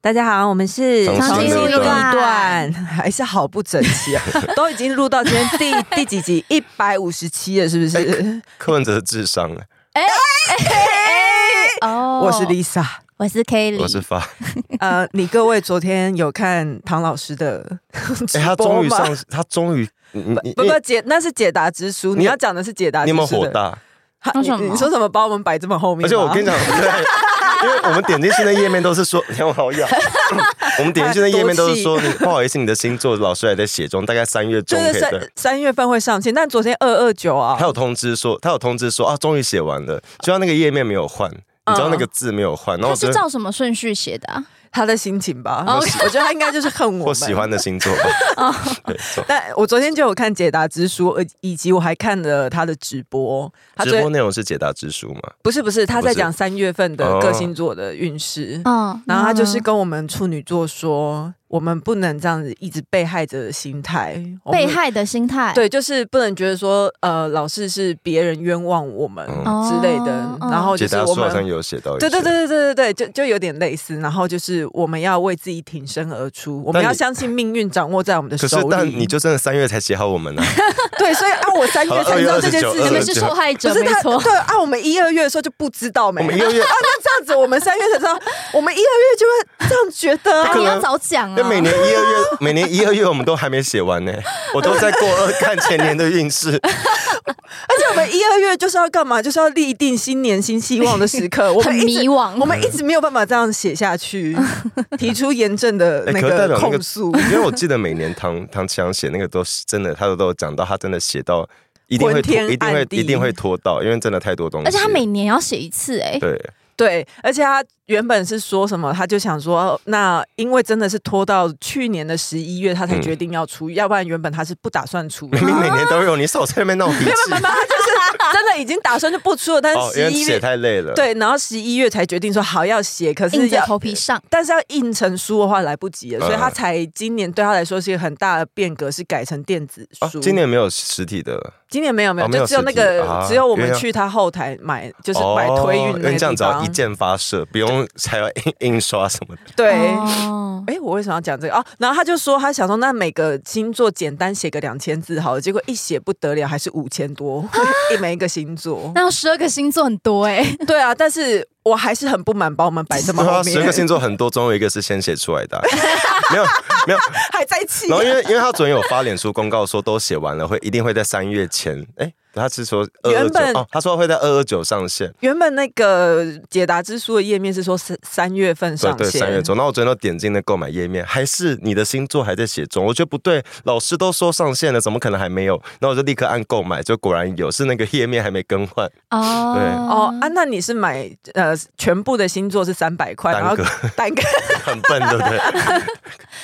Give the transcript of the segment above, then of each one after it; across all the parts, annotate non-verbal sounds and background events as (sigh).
大家好，我们是重新录一段段，还是好不整齐 (laughs) 啊！都已经录到今天第第几集？一百五十七了，是不是？柯文哲的智商，哦我是 Lisa，我是 Kelly，我是发，呃，你各位昨天有看唐老师的直哎，他播终于吗？上，他终于，你你你 (laughs) 不不解，那是解答之书，你要讲的是啊解答你之有没有书火的。大？哈为什么你你说什么把我们摆这么后面吗？而且我跟你讲， (laughs) 对因为我们点进去的页面都是说， (laughs) 你看我 (laughs) 好痒，我们点进去的页面都是说，你不好意思，你的星座老师还在写中，大概三月中就可是以三的。三月份会上线，但昨天二二九啊他，有通知说，他有通知说啊，终于写完了，就他那个页面没有换，你知道那个字没有换，然后他我觉是得照什么顺序写的、啊？他的心情吧，我哦我觉得他应该就是恨我我们。哦喜欢的 (laughs) 星座吧，对，走但我昨天就有看解答之书，呃，以及我还看了他的直播。他直昨播内容是解答之书嘛？不是不是，他不在是讲三月份的哦各星座的运势。嗯，然后他就是呢跟我们处女座说，我们不能这样子一直被害者的心态，我们被害的心态，对，就是不能觉得说，呃，老是是别人冤枉我们嗯之类的。哦然后就解是答我书好像们，有写到一些，对对对对对对对，就就有点类似。然后就是我们要为自己挺身而出，我们但要你相信命运掌握在我们的可手是里。，但你就真的三月才写好我们呢、 (laughs) 对，所以啊，我三月好才知道2月这件事29情，你们29是受害不者，是没他错。对啊，我们一二月的时候就不知道没。我们一个月，那这样子，我们三月才知道，我们一二月就会这样觉得、啊 (laughs) 啊。你要早讲那啊！哎每年一二月，每年一二 (laughs) 月我们都还没写完呢，我都在过二看前年的 (laughs) 运势。而且我们一二月就是要干嘛？就是要立定新年新希望的时刻。我 (laughs) 很们一直迷惘，我们一直没有办法这样写下 (laughs) 去，提出严正的哎那可是代个表那个控诉。因为我记得每年唐唐启阳写那个都是真的，他都有讲到，他真的写到一定会昏拖，天一定会暗地一定会拖到，因为真的太多东西。而且他每年要写一次、哎，对，对，而且他原本是说什么，他就想说，哦那因为真的是拖到去年的十一月，他才嗯决定要出，要不然原本他是不打算出的。明明每年都有，你少在那边闹哎脾气。真的已经打算就不出了，但哦是，因十为一写月、太累了。，对，然后十一月才决定说好要写，可是硬着要头皮上。但是要印成书的话来不及了，所以嗯他才今年对他来说是一个很大的变革，是改成电子啊书。，今年没有实体的了，今年没有没有，哦没有就只有那实个、体啊只有我们原来去他后台买，就是买推运哦因那为个这样地只要方。一键发射，不用还要印印刷什么的。对。哦哎、我为什么要讲这个哦，然后他就说，他想说，那每个星座简单写个两千字好了，结果一写不得了，还是五千 (laughs) 多，一每一个星座。那十二个星座很多哎、 (laughs) 对啊，但是我还是很不满，把我们摆这么对后啊，十面，个星座很多，总有一个是先写出来的啊。没有，没有， (laughs) 还在气、然后因为因为他昨天有发脸书公告说都写完了，会一定会在三月前。哎，他是说二二原本九哦，他说会在二二九上线，原本那个解答之书的页面是说三三月份对上对，线，三月中。然后我昨天都点进那购买页面，还是你的星座还在写中，我觉得不对，老师都说上线了，怎么可能还没有？然后我就立刻按购买，就果然有，是那个页面还没更换，哦对哦啊，那你是买呃全部的星座是三百块，然后单个 (laughs) 单个 (laughs) 很笨，对不对？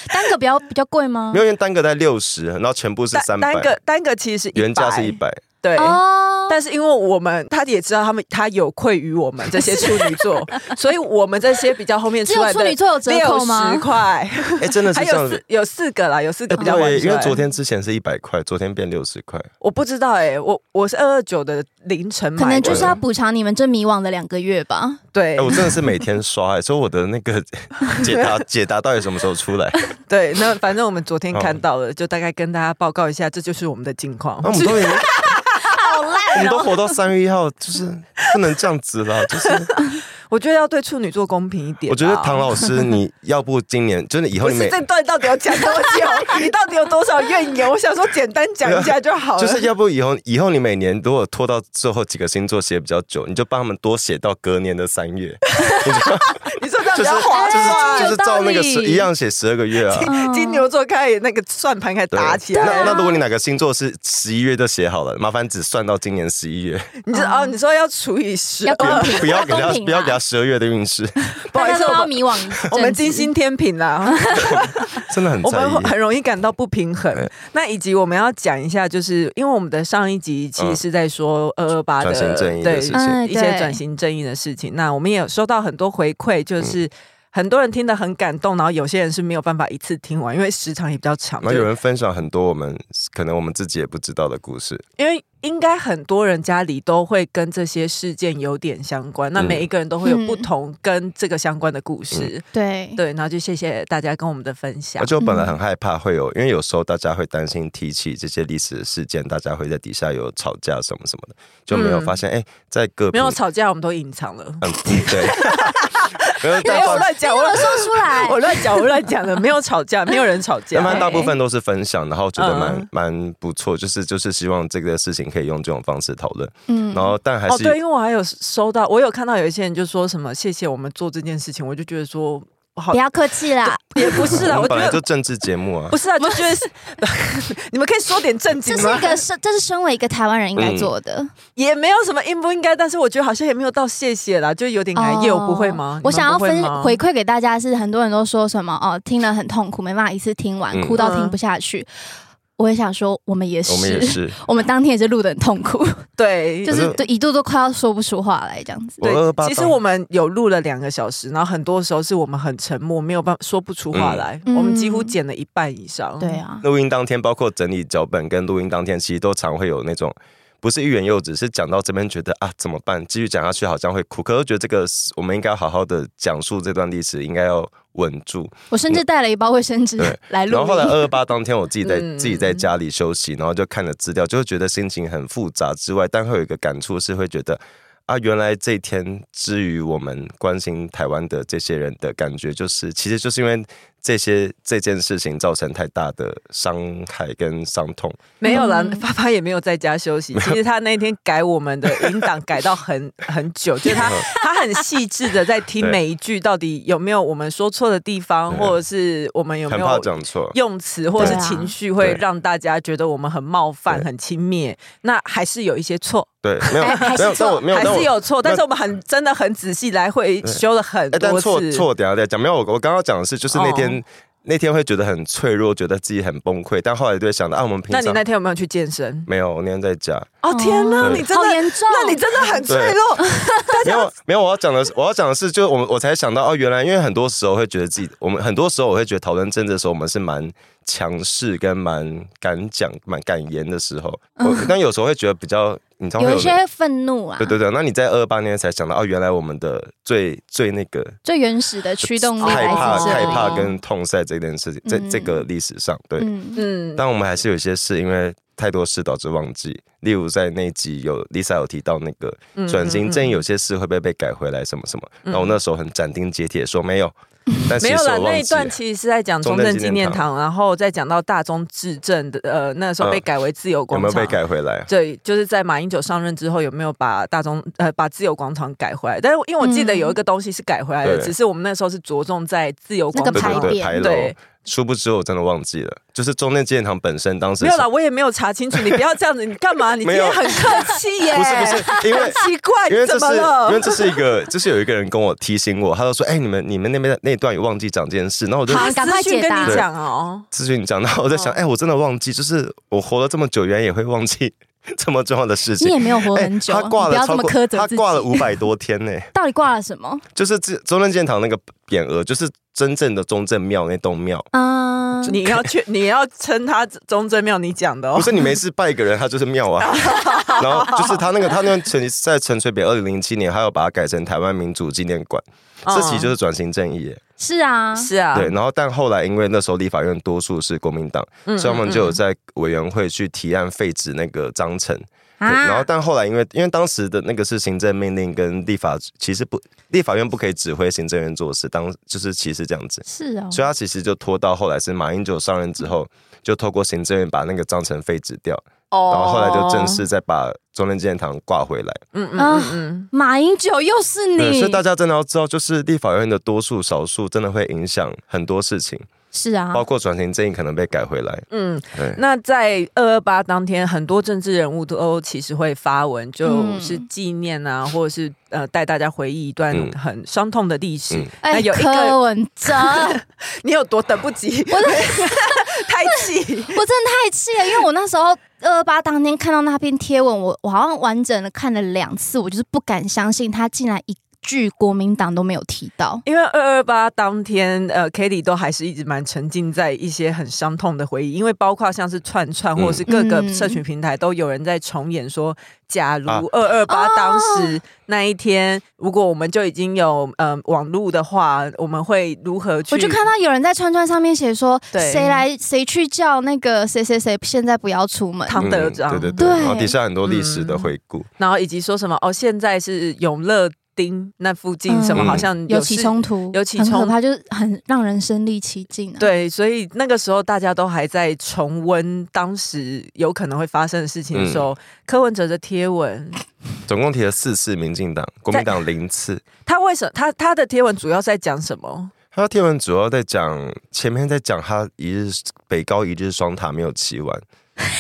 单个比较比较贵吗没？有，因为单个在六十，然后全部是三单百单，个单个其实是100原价是一百，对。哦，但是因为我们他也知道他们他有愧于我们这些处女 (laughs) 座，所以我们这些比较后面只出有来处的女座有折六扣吗十？块，哎，真的是还这样有子四。有四个啦，有四个哎比较晚对，出因来为昨天之前是一百块，昨天变六十块。我不知道哎、我我是二二九的凌晨买的，可能就是要补偿你们这迷惘的两个月吧。对哎、我真的是每天刷、哎，所以我的那个 (laughs) 解答解答到底什么时候出来？对，那反正我们昨天 (laughs) 哦看到了，就大概跟大家报告一下，这就是我们的近况那、。我们都已经好哦烂、我们都活到三月一号，就是不能这样子了。就是 (laughs) 我觉得要对处女座公平一 (laughs) 点啊。我觉得唐老师，你要不今年就是以后不你是每这段到底要讲多久？ (laughs) 你到底有多少怨言？我想说简单讲一下就好了。就是要不以后以后你每年如果拖到最后几个星座写比较久，你就帮他们多写到隔年的三月，你说这样比就是较划就是算。就是照那个有道十理一样写十二个 (laughs) 月啊。嗯金牛座开始那个算盘开始对打起那来了，啊那如果你哪个星座是十一月就写好了，麻烦只算到今年十一月， (laughs) 你就哦，你说要除以十要二，公平，哦不要给他公平啊不要给他下十二月的运势， (laughs) 不好大意家思，都我要们迷惘一阵子。我们金星天平啦，真的很我在们意会。很容易感到不平衡。那以及我们要讲一下，就是因为我们的上一集其实是在说二二八的嗯转型正义的对事情嗯，一些对转型正义的事情。那我们也有收到很多回馈，嗯就是。很多人听得很感动，然后有些人是没有办法一次听完，因为时长也比较长。然后有就人分享很多我们可能我们自己也不知道的故事，因为应该很多人家里都会跟这些事件有点相关，那嗯每一个人都会有嗯不同跟这个相关的故事。对对，然后就谢谢大家跟我们的分享而。且我本来很害怕会有，因为有时候大家会担心提起这些历史的事件，大家会在底下有吵架什么什么的，就没有嗯发现哎、在各没有平吵架，我们都隐藏了。嗯 (laughs) 对，没有对，大我部分乱讲，我我说出 (laughs) 来我乱讲，我乱讲的，没有吵 (laughs) 架，没有人吵架哎一。般大部分都是分享，然后觉得蛮嗯蛮不错，就是就是希望这个事情可以用这种方式讨论，嗯然后但还哦，对，是因为我还有收到，我有看到有一些人就说什么谢谢我们做这件事情，我就觉得说我好不要客气啦，也不是啦，我我们觉本来就得政治节目啊不，是啊，就觉得是 (laughs) 你们可以说点正经这是吗一？个身，这是身为一个台湾人应嗯该做的。也没有什么应不应该，但是我觉得好像也没有到谢谢啦，就有点感哦谢。我不会吗？我想要你们分不会吗回馈给大家是，很多人都说什么哦，听了很痛苦，没办法一次听完，嗯哭到听不下去。我也想说，我们也是，我们也是。 (laughs) 我们当天也是录的很痛苦，对，就可是是对一度都快要说不出话来这样子。我二二八对，其实当我们有录了两个小时，然后很多时候是我们很沉默，没有办法说不出话来，嗯我们几乎剪了一半以上。对啊，录音当天，包括整理脚本跟录音当天，其实都常会有那种。不是欲言又止，是讲到这边觉得啊怎么办？继续讲下去好像会哭，可是我觉得这个是我们应该要好好的讲述这段历史，应该要稳住。我甚至带了一包卫生纸对 (laughs) 来录然后后来音。二二八当天，我自己在、嗯自己在家里休息，然后就看了资料，就会觉得心情很复杂之外，但会有一个感触是会觉得啊，原来这一天之于我们关心台湾的这些人的感觉，就是其实就是因为这些这件事情造成太大的伤害跟伤痛。没有啦嗯，爸爸也没有在家休息。其实他那天改我们的音档改到很 (laughs) 很久，就是他他很细致的在听对每一句到底有没有我们说错的地方，对或者是我们有没很怕有讲错。用词或者是对啊情绪会对让大家觉得我们很冒犯、对很轻蔑。那还是有一些错，对，没有还还是没有，但我没有，还但我是有错，没有但是我们很真的很仔细来回对修了很哎，但多错次。错，等一下再讲。没有，我我刚刚讲的是，就是那天、哦那天会觉得很脆弱，觉得自己很崩溃，但后来就会想到啊，我们平那你常那天有没有去健身？没有，我那天在家。哦天哪，对你真好的，严重！那你真的很脆对弱。没有没有，我要讲的是，我要讲的是，就是我们我才想到哦，原来因为很多时候会觉得自己，我们很多时候我会觉得讨论政治的时候，我们是蛮强势跟蛮敢讲、蛮敢言的时候，我但有时候会觉得比较，你知道会嗯有一些愤怒啊对，对对，那你在二八年才想到哦，原来我们的最最那个最原始的驱动力害来怕、自这害里。怕跟痛在这件事情，在嗯这个历史上，对。嗯，嗯，但我们还是有一些事，因为太多事导致忘记。例如在那集有 Lisa 有提到那个嗯转型正嗯义，嗯嗯有些事会不会被改回来什么什么。然后我那时候很斩钉截铁说没有，但其没实有啦我，那忘一记段了。其实是在讲中中正正纪纪念念堂堂，然后再讲到大中至正的，呃，那时候被嗯改为自由有广没有场。被改回来？对，就是在马英九上任之后，有没有把大中呃把自由广场改回来？但是因为我记得嗯有一个东西是改回来的，对只是我们那时候是着重在自由广那场。个对对对，牌匾牌楼对。，殊不知我真的忘记了，就是中正纪念堂本身当时没有啦，是我也没有查清楚。你不要这样子，你干嘛？你今没有天很客 (laughs) 气耶，不是不是因为很 (laughs) 奇怪，因为你这怎是么了因为？这是一个，就是有一个人跟我提醒我，他就说：“哎、你们你们那边那一段有忘记讲这件事。”然后我就好他赶快私讯解跟答你讲哦。咨询讲到，我在想，哎、我真的忘记，就是我活了这么久，原来也会忘记 (laughs) 这么重要的事你情。也没有活哎很久，啊他挂你不了要超这么过苛责他自己。挂了五百多天呢、到底挂了什么？就是这中正建堂那个匾额，就是真正的中正庙那栋庙，嗯，你要去，你要称他中正庙，你讲的哦不。是你没事拜一个人，他就是庙 (laughs) 啊。然后就是他那个，他那个陈在陈水扁二零零七年，他要把它改成台湾民主纪念馆，这其实就是转型正义、欸。是哦啊，是啊，对，然后但后来因为那时候立法院多数是国民党，嗯所以他们嗯就有嗯在委员会去提案废止那个章程。对啊，然后但后来因为因为当时的那个是行政命令跟立法，其实不立法院不可以指挥行政院做事，当就是其实这样子，是哦，所以他其实就拖到后来是马英九上任之后，就透过行政院把那个章程废止掉，哦然后后来就正式再把中正纪念堂挂回来。嗯嗯啊嗯嗯，马英九又是对，你，所以大家真的要知道，就是立法院的多数少数真的会影响很多事情。是啊，包括转型正义可能被改回来。嗯，对，那在二二八当天，很多政治人物都其实会发文，嗯就是纪念啊，或者是呃带大家回忆一段嗯很伤痛的历史。嗯哎，那有一个柯文 (laughs) 哲，你有多等不及？我的 (laughs) 太气！我真的太气了，因为我那时候二二八当天看到那篇贴文，我我好像完整的看了两次，我就是不敢相信他竟然一句国民党都没有提到。因为二二八当天，呃 k e l l y 都还是一直蛮沉浸在一些很伤痛的回忆，因为包括像是串串或者是各个嗯社群平台都有人在重演说，假如啊二二八当时啊那一天，如果我们就已经有呃网络的话，我们会如何去？我就看到有人在串串上面写说，对谁来谁去叫那个谁谁谁现在不要出门。唐德章，嗯对对对对，然后底下很多历史的回顾，然后以及说什么哦，现在是永乐町那附近什么嗯好像有事起冲突，有起很冲可怕，就是很让人身临其境、啊。，对，所以那个时候大家都还在重温当时有可能会发生的事情的时候，嗯柯文哲的贴文，总共提了四次民进党，国民党零次。他为什么他他的贴文主要在讲什么？他贴文主要在讲前面在讲他一日北高一日双塔没有骑 (laughs) 完，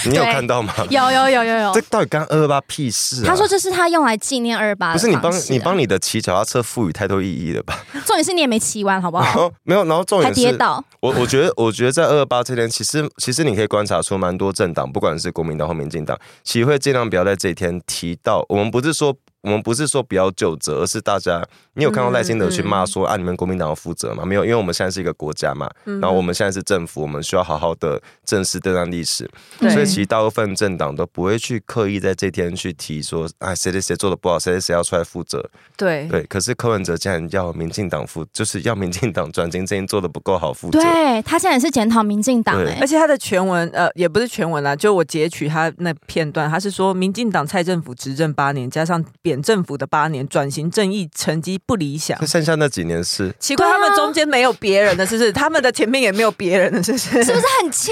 你有对看到吗？有有有有这有。到底干二二八屁事啊？他说这是他用来纪念二二八不的是你帮方式啊你帮你的骑脚踏车赋予太多意义了吧？重点是你也没骑完，好不然好？后没有，然后哦重还点跌是，倒，我我觉得我觉得在二二八这天，其实其实你可以观察出蛮多政党，不管是国民党或民进党，其实会尽量不要在这一天提到。我们不是说我们不是说不要就责，而是大家，你有看到赖清德去骂说、啊，你们国民党要负责吗？没有，因为我们现在是一个国家嘛，嗯然后我们现在是政府，我们需要好好的正视这段历史。对嗯所以其实大部分政党都不会去刻意在这天去提说，哎，谁谁谁做的不好，谁谁谁要出来负责。对对，可是柯文哲竟然要民进党负，就是要民进党转型正义做的不够好负责。对他现在也是检讨民进党对哎而，且他的全文，呃，也不是全文啦，就我截取他那片段，他是说，民进党蔡政府执政八年，加上扁政府的八年，转型正义成绩不理想那，剩下那几年是奇怪，对啊他们中间没有别人的，是不是？他们的前面也没有别人的，是不是？是不是很气？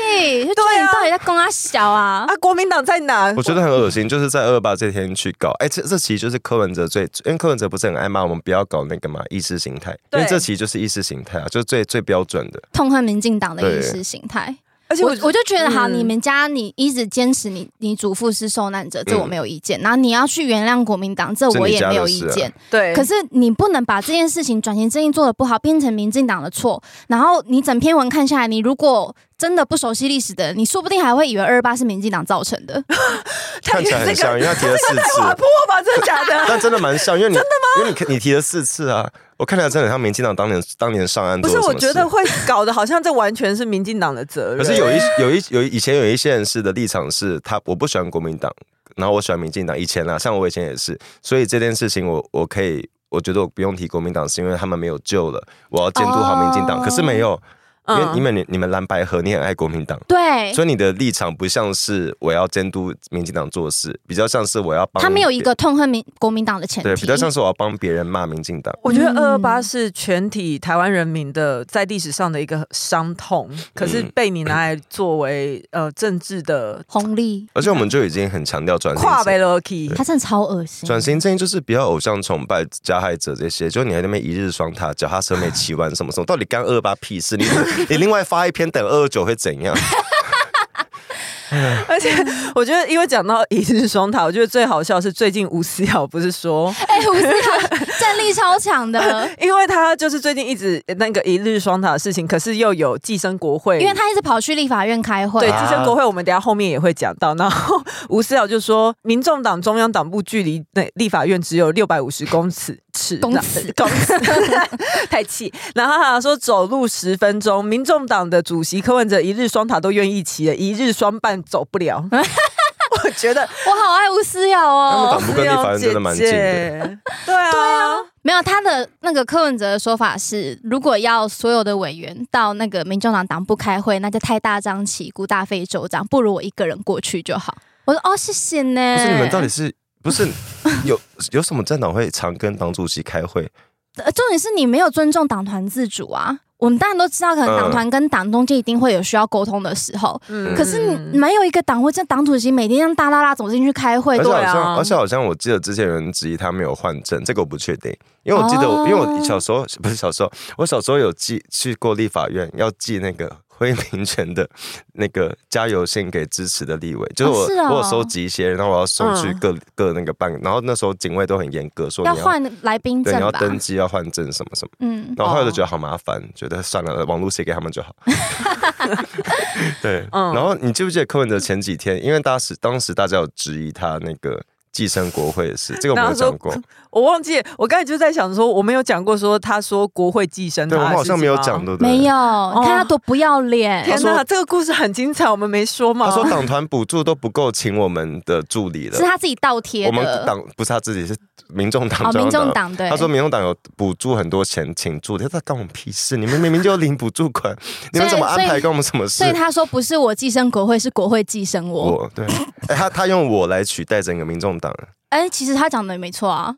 就觉对啊得你到底在攻他小啊？啊，国民党在哪？我觉得很恶心，就是在二八这天去搞，哎、这这其实就是柯文哲最，因为柯文哲不是很爱骂我们不要搞那个嘛意识形态，因为对这其实就是意识形态啊，就是最最标准的。痛恨民进党的对意识形态。而且我我我就觉得好，嗯你们家你一直坚持你你祖父是受难者，这我没有意见。然后你要去原谅国民党，这嗯是我你也家没的有意事啊见。对，可是你不能把这件事情转型正义做的不好，变成民进党的错。然后你整篇文看下来，你如果真的不熟悉历史的人，你说不定还会以为二二八是民进党造成 (laughs) 的。看起来很像，因为他提了四打次，破吧，真的假的？但真的蛮像，因为你因为你看你提了四次啊，我看起来真的很像民进党当年当年上岸不是，做了什我么觉事。得会搞得好像这完全是民进党的责任。 (laughs) 可是有一有一有一以前有一些人是的立场是他我不喜欢国民党，然后我喜欢民进党。以前啦，像我以前也是，所以这件事情我我可以。我觉得我不用提国民党，是因为他们没有救了。我要监督好民进党哦可是没有，因为嗯你们你你们蓝白河，你很爱国民党，对，所以你的立场不像是我要监督民进党做事，比较像是我要帮他没有一别个痛恨民国民党的前提。对，比较像是我要帮别人骂民进党。我觉得二二八嗯是全体台湾人民的在历史上的一个伤痛，可是嗯被你拿来作为呃政治的红 (laughs) 利，而且我们就已经很强调转型跨正杯 l u c 他真的超恶心。转型正义就是不要偶像崇拜、加害者这些，就你还在那边一日双塔、脚踏车没骑完什么什么，到底干二八屁事？你你另外发一篇等二二九会怎样？ (laughs) 而且我觉得，因为讲到一日双塔，我觉得最好笑是最近吴思瑶不是说。哎，吴 (laughs) 思瑶战力超强的，因为他就是最近一直那个一日双塔的事情，可是又有寄生国会，因为他一直跑去立法院开会。对，啊资深国会我们等一下后面也会讲到。然后吴思瑶就说，民众党中央党部距离那立法院只有六百五十公尺尺 (laughs) 公尺公尺，太气。然后他说走路十分钟，民众党的主席柯文哲一日双塔都愿意骑了，一日双半走不 (laughs) 了。我觉得我好爱吴思瑶他们哦。党部跟立法院真的蛮近吴思的。瑶姐姐。对啊，没有，他的那个柯文哲的说法是，如果要所有的委员到那个民众党党部开会，那就太大张旗鼓、大费周章，不如我一个人过去就好。我说哦，谢谢呢。不是你们到底是不是有有什么政党会常跟党主席开会？呃重点是你没有尊重党团自主啊！我们当然都知道，可能嗯党团跟党中间一定会有需要沟通的时候。嗯可是嗯你没有一个党会像党主席每天这样大拉拉走进去开会，而且对好啊像，而且好像我记得之前有人质疑他没有换证，这个我不确定，因为我记得我，因为哦我小时候不是小时候，我小时候有寄去过立法院，要寄那个 (laughs) 灰民权的那个加油信给支持的立委，就是哦我、是哦我有收集一些，然后我要送去嗯各、各那个办，然后那时候警卫都很严格，说要你要换来宾对证你要吧？登记要换证什么什么。嗯，然后后来就觉得好麻烦，觉得算了，网络写给他们就 (laughs) 好。对，嗯然后你记不记得柯文哲前几天，因为当时当时大家有质疑他那个寄生国会的事，这个我没有讲过，我忘记，我刚才就在想说，我没有讲过说他说国会寄生他对的我们好像没有事情吗讲，。对不对？没有，你看他多不要脸。天哪，这个故事很精彩，我们没说嘛。他说党团补助都不够请我们的助理了是，他自己倒贴我们的。党不是他自己是民众党，哦，中民央众。党对，他说民众党有补助很多钱请助理，他干我们屁事？你们明明就有领补助款，你们怎么安所排以跟我们什么事所以？他说不是我寄生国会，是国会寄生我。我对，哎他他用我来取代整个民众党，哎，其实他讲的也没错啊。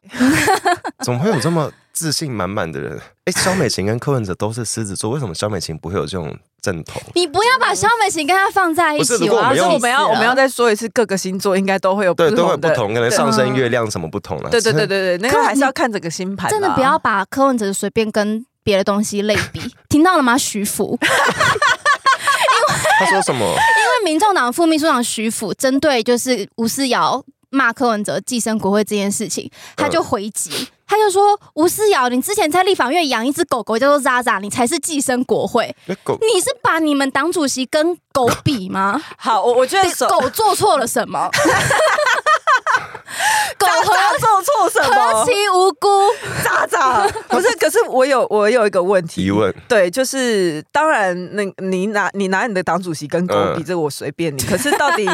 怎么会有这么自信满满的人？ (laughs) 哎、肖美琴跟柯文哲都是狮子座，为什么肖美琴不会有这种阵头？你不要把肖美琴跟他放在一不是起，啊如果我要们要 (laughs) 气我死们要了我们要再说一次，各个星座应该都会有对，同都会有的不。同，可能上升月亮什么不同了、对对对对对，那可个是还是要看整个星盘啦。真的不要把柯文哲随便跟别的东西类比，听到了吗？(laughs) 徐福，因 (laughs) 他说什么？为民众党副秘书长徐福针对就是吴思瑶骂柯文哲寄生国会这件事情，他就回击。他就说：“吴思瑶，你之前在立法院养一只狗狗叫做渣渣，你才是寄生国会。那狗你是把你们党主席跟狗比吗？好，我我觉得首狗做错了什 (laughs) 么？狗渣何渣做错什何么其？无辜？渣 (laughs) 渣不是，可是我有我有一个问题疑问，对，就是当然，那你拿你拿你的党主席跟狗比，嗯这个我随便你。可是到 (laughs) 底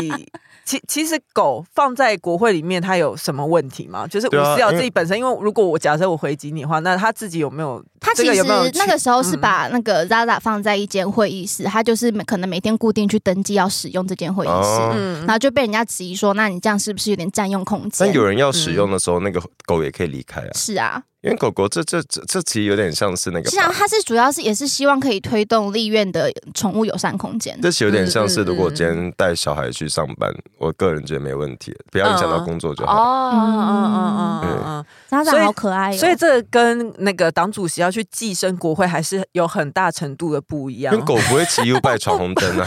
其其实狗放在国会里面，它有什么问题吗？就是吴对啊思瑶因为自己本身，因为如果我假设我回击你的话，那他自己有没有？他其这个实有没有去那个时候是嗯把那个 Zaza 放在一间会议室，他就是每可能每天固定去登记要使用这间会议室，哦嗯然，后就被人家质疑说，那你这样是不是有点占用空但间？有人要使用的时候，那个狗也可以离开啊，是啊，因为狗狗这这这这其实有点像是那个是啊，吧，他是主要是也是希望可以推动立院的宠物友善空间。这其实有点像嗯是嗯嗯如果我今天带小孩去上班，我个人觉得没问题，不要影响到工作就好。哦，嗯嗯嗯嗯嗯。所 Zaza 以好可爱、哦，所以这跟那个党主席要去寄生国会，还是有很大程度的不一样因为。狗不会骑 U 拜闯红灯 (laughs) 啊，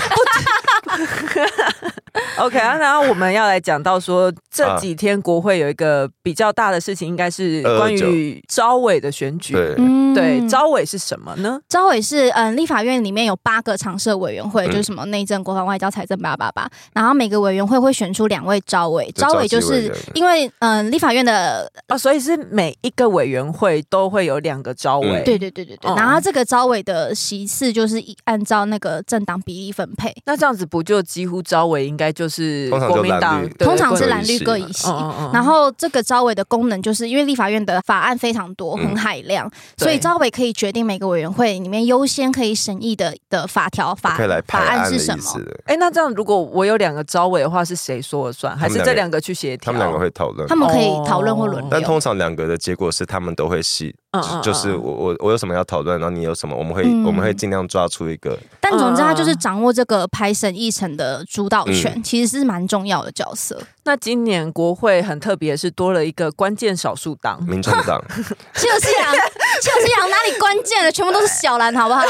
OK (laughs) 啊，然后我们要来讲到说，这啊几天国会有一个比较大的事情，应该是229关于招委的选举。呃对，嗯对，招委是什么呢？招委是嗯，立法院里面有八个常设委员会，嗯就是什么内政、国防、外交、财政八八八，然后每个委员会会选出两位招委，就召招委就集委是员因为嗯，立法院的哦，所以是每一个委员会都会有两个招委。嗯对对对对对，嗯然后这个招委的席次就是一按照那个政党比例分配，那这样子不就几乎招委应该就是通常就国民蓝党绿，对通常是各蓝一绿席嘛各一席。嗯嗯嗯然后这个招委的功能，就是因为立法院的法案非常多，嗯很海量，所以对招委可以决定每个委员会里面优先可以审议的的法条法可以来排法案案的是意什么思。的，哎，那这样如果我有两个招委的话，是谁说了算？还们是两这个两个去协调？他们两个会讨论他。们可以讨论或轮哦但流通。常两个的结果是，他们都会细，嗯就嗯就是嗯我我我有什么要讨论，然后你有什么，我们会、嗯我们会尽量抓出一个。但总之，他就是嗯掌握这个排审议程的主导权，嗯其实是蛮重要的角色。那今年国会很特别，是多了一个关键少数党。民众 (laughs) 党，就是 (laughs) 杨，就是杨哪里关键了？全部都是小兰，好不好？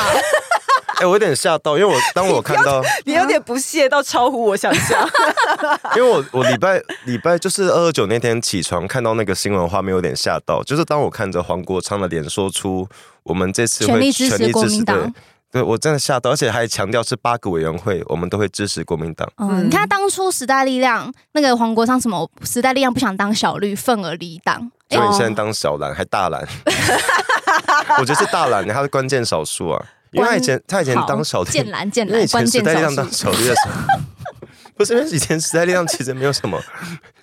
哎、我有点吓到，因为我当我看到，你有点不屑到超乎我想象。 (laughs) 因为我我礼拜礼拜就是二二九那天起床看到那个新闻画面，有点吓到。就是当我看着黄国昌的脸说出我们这次全会力支持国对民党。对我真的吓到，而且还强调是八个委员会，我们都会支持国民党。嗯，你看当初时代力量那个黄国昌什么时代力量不想当小绿，愤而离党。所以你哦现在当小蓝还大 (laughs) 蓝，我觉得是大蓝，他是关键少数啊，因为他以前他以前好当小剑绿，蓝剑因为蓝以，关前时键代力量少当数。小绿的时候，不是因为以前时代力量其实没有什么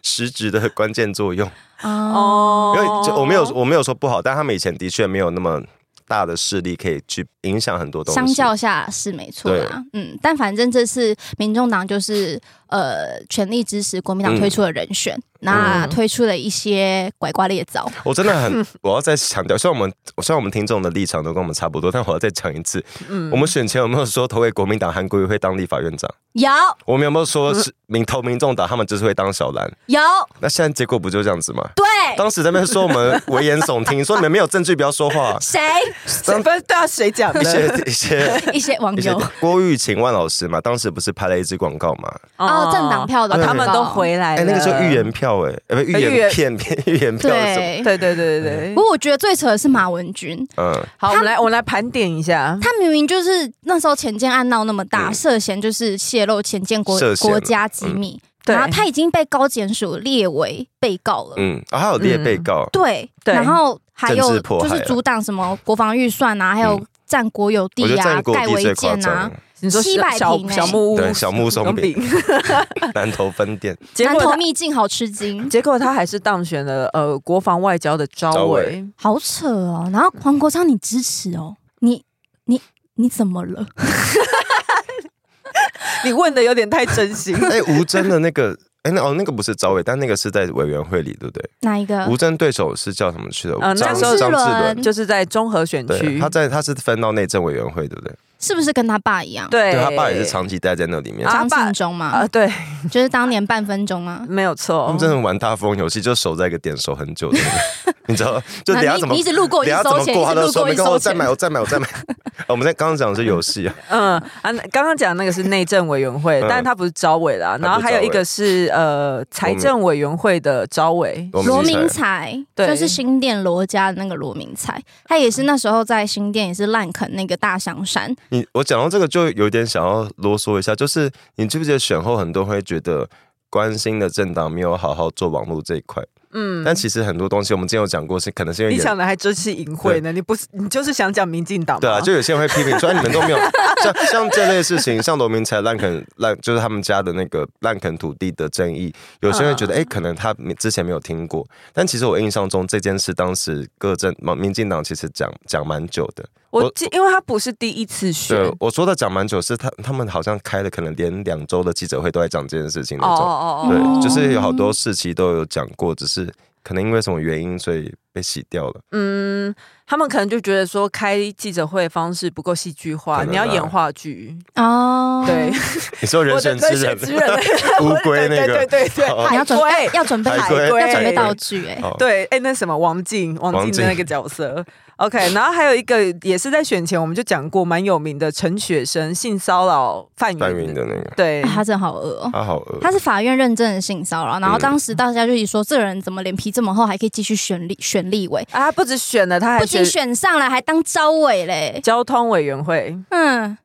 实质的关键作用， (laughs) 哦，哦因为就我没有我没有说不好，但他们以前的确没有那么大的势力可以去影响很多东西。相较下是没错啦，嗯，嗯但反正这次民众党就是呃全力支持国民党推出的人选，那推出了一些拐瓜裂枣，我真的很，我要再强调，虽然我们虽然我们听众的立场都跟我们差不多，但我要再讲一次，嗯我们选前有没有说投给国民党韩国瑜会当立法院长？有我们有没有说是民投民众党他们就是会当小蓝？有那现在结果不就这样子吗？对当时在那边说我们危言耸听，说你们没有证据不要说 (laughs) 话，谁怎么对啊？谁讲 (laughs) 一的？些一些一些网一些友哦郭玉琴万老师嘛，当时不是拍了一支广告嘛？哦政党票的哦他们广告都回来了。哎、那个时候预言票哎、呃不呃预预言言片片 (laughs) 预言票是什么？对。对对对对哎不对。过我觉得最扯的是马文君，嗯，好，我们来我们来盘点一下。他明明就是那时候前建案闹那么大，嗯涉嫌就是泄露前建国涉嫌嗯国家机密，对然后他已经被高检署列为被告了。嗯，啊、还有列被告，对，对然后还政有治迫就害是阻挡什么国防预算啊，还有嗯占国有我觉地得啊战、国盖地最违夸建啊张，，你说小700小平欸小木屋，对小木松饼，南投分店， (laughs) (laughs) 结南果投他秘境好吃惊，结果他还是当选了呃国防外交的招招委委。。好扯哦。然后黄国昌你支持哦，你你你怎么了？你问的有点太真心哎、吴真的那个，哎、那哦，那个不是招委，但那个是在委员会里，对不对？哪一个吴？真对手是叫什么去的？呃那张时候张志伦伦。就是在综合选对，区，他在他是分到内政委员会，对不对？是不是跟他爸一样？对对呃他爸也是长期待在那里面，啊张他爸信忠嘛啊，，对，就是当年半分钟啊。没有他错们，真的玩大富翁游戏，就守在一个点守很久的那 (laughs) 个，你知道吗？就那等一下你怎么你一直路过，等一一直下怎收么钱，过，他一直都路说过，没一直跟收我再买，钱。我再买，我再 (laughs) 买。啊我们在刚刚讲的是游戏 (laughs) 啊，嗯啊，那刚刚讲那个是内政委员会，嗯但是他不是招委啦，不是然后还有一个是呃财政委员会的招委，我们罗一起来明才对就是新店罗家的那个罗明才，他也是那时候在新店也是滥垦那个大香山，你我讲到这个就有点想要啰嗦一下，就是你记不记得选后很多人会觉得关心的政党没有好好做网络这一块，嗯但。其实很多东西我们之前有讲过，是可能是因为你演讲的还真是隐晦呢，你不是你就是想讲民进党吗对啊，就有些人会批评说哎你 (laughs) 们都没有像像这类事情，像罗明才滥垦滥就是他们家的那个滥垦土地的争议，有些人会嗯觉得哎、可能他之前没有听过，但其实我印象中这件事当时各政民民进党其实讲讲蛮久的。我我记，因为他不是第一次选对，我说的讲蛮久，是他他们好像开了可能连两周的记者会都在讲这件事情那种。哦对，就是有好哦多事情都有讲过，只是可能因为什么原因，所以被洗掉了。嗯，他们可能就觉得说开记者会的方式不够戏剧化，可能啊你要演话剧，(laughs) 哦，对，，你说人选之人我的人选之人 (laughs) 乌龟那 (laughs) 对对个哦对对好你要准海备龟要准备海龟要准海备龟道具哎，好对，哎、那什么王静，王王静静的那个角色，OK，然后还有一个也是在选前我们就讲过蛮有名的陈雪生性骚扰范范云云的那个，对哎，他真的好恶哦。他好恶他是法院认证的性骚扰，然后当时大家就一直说，这个人怎么脸皮这么厚，还可以继续选立选立委，啊，他不止选了，他不还仅选选上了，还当招委嘞。交通委员会。嗯，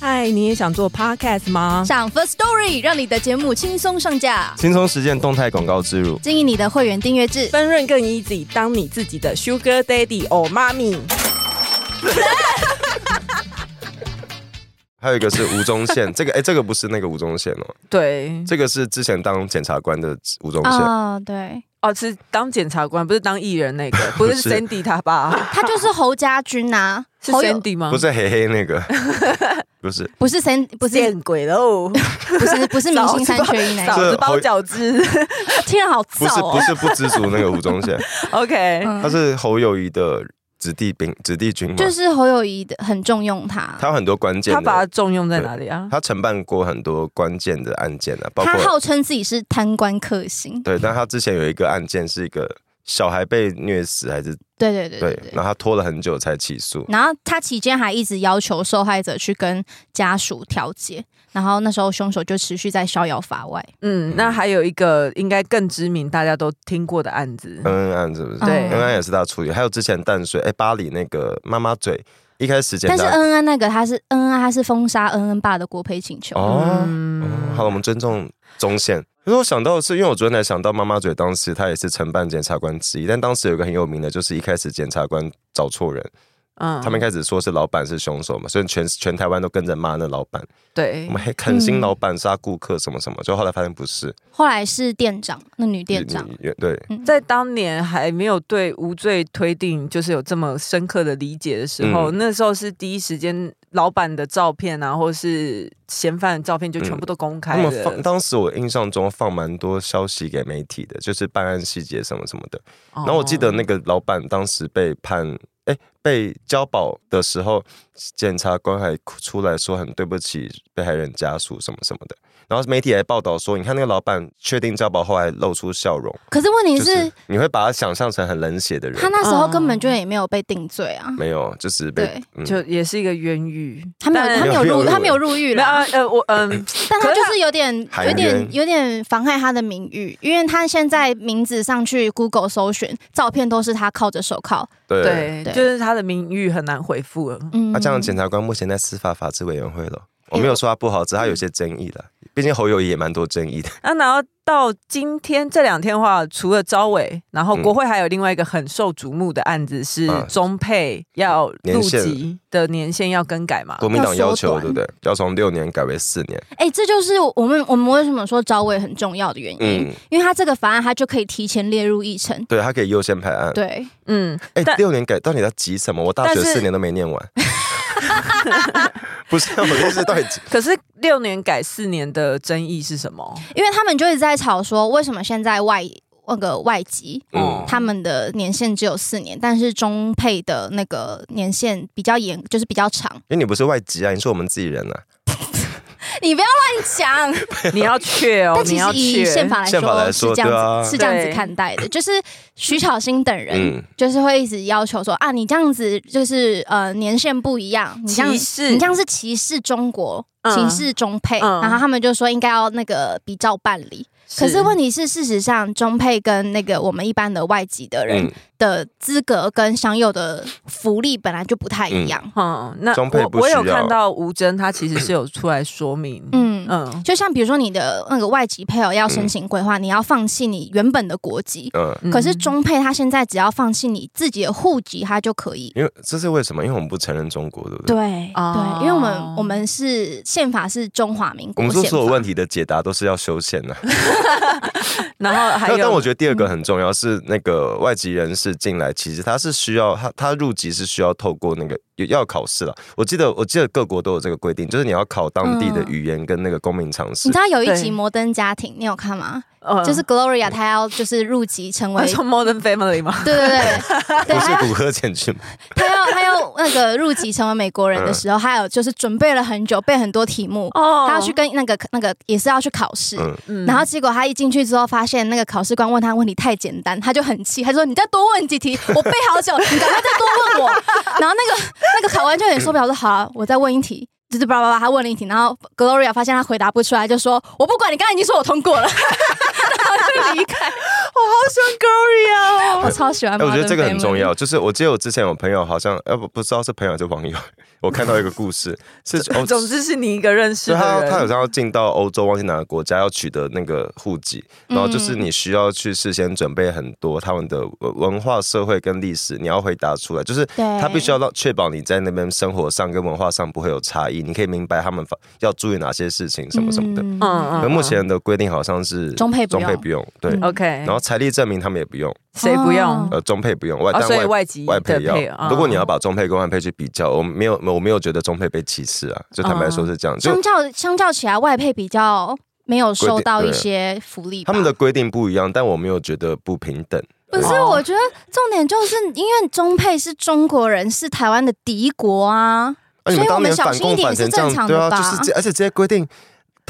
嗨，你也想做 podcast 吗？上 First Story 让你的节目轻松上架，轻松实践动态广告植入。经营你的会员订阅制。分润更 easy，当你自己的 sugar daddy 或妈咪。还有一个是吴宗宪，这个哎、这个不是那个吴宗宪哦，对，这个是之前当检察官的吴宗宪。哦，对，哦，是当检察官，不是当艺人那 (laughs) 个，不是不是 Sandy 他爸，他就是侯家军呐、是侯友 Sandy 吗？ (laughs) 不，是黑黑那个，不是，不是神，不是见鬼喽！不 (laughs) 是不是明星三缺一那 (laughs) 嫂个，子包饺子。 (laughs) 听着好不是，燥不哦。嗯是不知足那个吴宗宪， OK，他是侯友谊的子弟兵、子弟军嘛，就是侯友谊的很重用他，他有很多关键他的。把它重用在哪里啊？他承办过很多关键的案件啊，包他括号称自己是贪官克星。对，但他之前有一个案件是一个小孩被虐死还是对对对对对，对。然后他拖了很久才起诉，然后他期间还一直要求受害者去跟家属调解，然后那时候凶手就持续在逍遥法外。嗯，那还有一个应该更知名、大家都听过的案子，恩恩案是不是？对啊恩嗯恩案也是他处理，还有之前淡水哎巴黎那个妈妈嘴，一开始简但单是呃恩恩那个他是恩恩，啊他是封杀恩恩爸的国赔请求。哦嗯哦好了，我们尊重中线。可是我想到的是，因为我昨天才想到妈妈嘴，当时他也是承办检察官之一，但当时有一个很有名的，就是一开始检察官找错人，嗯他们一开始说是老板是凶手嘛，所以全全台湾都跟着骂那老板。对我，们还狠心老板杀顾客什么什么，就后来发现不是后来是店长，那女店长。你你对，在当年还没有嗯对无罪推定就是有这么深刻的理解的时候，那时候是第一时间老板的照片啊，或是嫌犯的照片，就全部都公他开们了。嗯放当时我印象中放蛮多消息给媒体的，就是办案细节什么什么的。然然后我记得那个老板当时被判，哎，被交保的时候，检察官还出来说很对不起被害人家属什么什么的。然后媒体还报道说，你看那个老板确定交保后还露出笑容，可是问题就是是，你会把他想象成很冷血的人他。哦那时候根本就也没有被定罪啊，没有，就只是被对嗯就也是一个冤狱，他没有但他没有入没有他没有入狱没有啦啊，呃，我嗯，但他可是就他是有点含有点冤有点妨害他的名誉，因为他现在名字上去 Google 搜寻，照片都是他靠着手铐。 (laughs) 对。对，对就是他的名誉很难恢复了。嗯那、这样，检察官目前在司法法制委员会了。我没有说他不好，只是他有些争议了。毕竟侯友谊也蛮多争议的。那啊然后到今天这两天的话，除了招委，然后国会还有另外一个很受瞩目的案子是嗯啊中配要入年限籍的年限要更改嘛？国民党要要缩求，短对不对？要从六年改为四年。哎、这就是我们我们为什么说招委很重要的原因，嗯，因为他这个法案他就可以提前列入议程。对，他可以优先排案。对，嗯，哎但，六年改到底在急什么？我大学但是四年都没念完。 (laughs) 不是，我的意思到底急可是六年改四年的争议是什么？因为他们就一直在吵说，为什么现在外呃那个外籍哦嗯他们的年限只有四年，但是中配的那个年限比较严，就是比较长。因为你不是外籍啊，你是我们自己人啊。 (laughs) 你不要乱讲。你要确哦，但你其要实以确。宪法来宪法来说说是这样子、对啊是这样子对看待的，就是徐巧芯等人。嗯，就是会一直要求说啊，你这样子就是呃年限不一样，你这样歧视你这样是歧视中国，嗯歧视中配，嗯然后他们就说应该要那个比照办理。可是问题是，事实上中配跟那个我们一般的外籍的人嗯的资格跟享有的福利本来就不太一样。嗯，那中配我不我有需要看到吴征，他其实是有出来说明，嗯嗯就像比如说你的那个外籍配偶要申请规划，你要放弃你原本的国籍，嗯，嗯可是中配他现在只要放弃你自己的户籍，他就可以。因为这是为什么？因为我们不承认中国，对不对？对、哦对，因为我们我们是宪法是中华民我国们说宪法，所有问题的解答都是要修宪 (laughs) 的、啊。然后还有， (laughs) 但但我觉得第二个很重要是那个外籍人士进来，其实他是需要他他入籍是需要透过那个也要考试了。我记得我记得各国都有这个规定，就是你要考当地的嗯语言跟那个公民常识你知。道有一集对《摩登家庭》，你有看吗？嗯就是 Gloria 她要就是入籍成 (laughs) 为我，说 Modern Family 吗？对 (laughs) 对对，啊对不是她骨科前去吗，她要她要那个入籍成为美国嗯人的时候，她有就是准备了很久，背很多题目，哦她要去跟那个那个也是要去考试。嗯，嗯然后结果他一进去之后，发现那个考试官问他问题太简单，他就很气，他说：“你再多问 (laughs) 几题，我背好久，你赶快再多问我。”然后那个那个考官就有点受不了，说：“好啊、我再问一题。”就是叭叭叭，他问了一题，然后 Gloria 发现他回答不出来，就说：“我不管你，刚才已经说我通过了。” (laughs) 然后就离开。我好喜欢 Gloria 哦，我超喜欢、哎、我觉得这个很重。要。就是我记得我之前有朋友好像，呃，不不知道是朋友还是网友，我看到一个故事是哦，总之是你一个认识所的以他他好人，像要进到欧洲，忘记哪个国家要取得那个户籍，然后嗯就是你需要去事先准备很多他们的文文化、社会跟历史，你要回答出来，就是对他必须要让确保你在那边生活上跟文化上不会有差异，你可以明白他们发要注意哪些事情什么什么的。嗯嗯可目前的规定好像是中配不中用配不用，对。嗯 OK，然后财力证明他们也不用，谁不用？哦呃，中配不用，外啊，但所以外外籍外的配要配啊，如果你要把中配跟外配去比较，我没有我没有觉得中配被歧视啊，就坦白说是这样，就相较相较起来，外配比较没有受到一些福利他吧。们的规定不一样，但我没有觉得不平等。不是，哦我觉得重点就是因为中配是中国人，是台湾的敌 (laughs) 国啊。啊，你所们以我当们年小反心一共点反是成这正样，常对的啊，吧就是这，而且这些规定，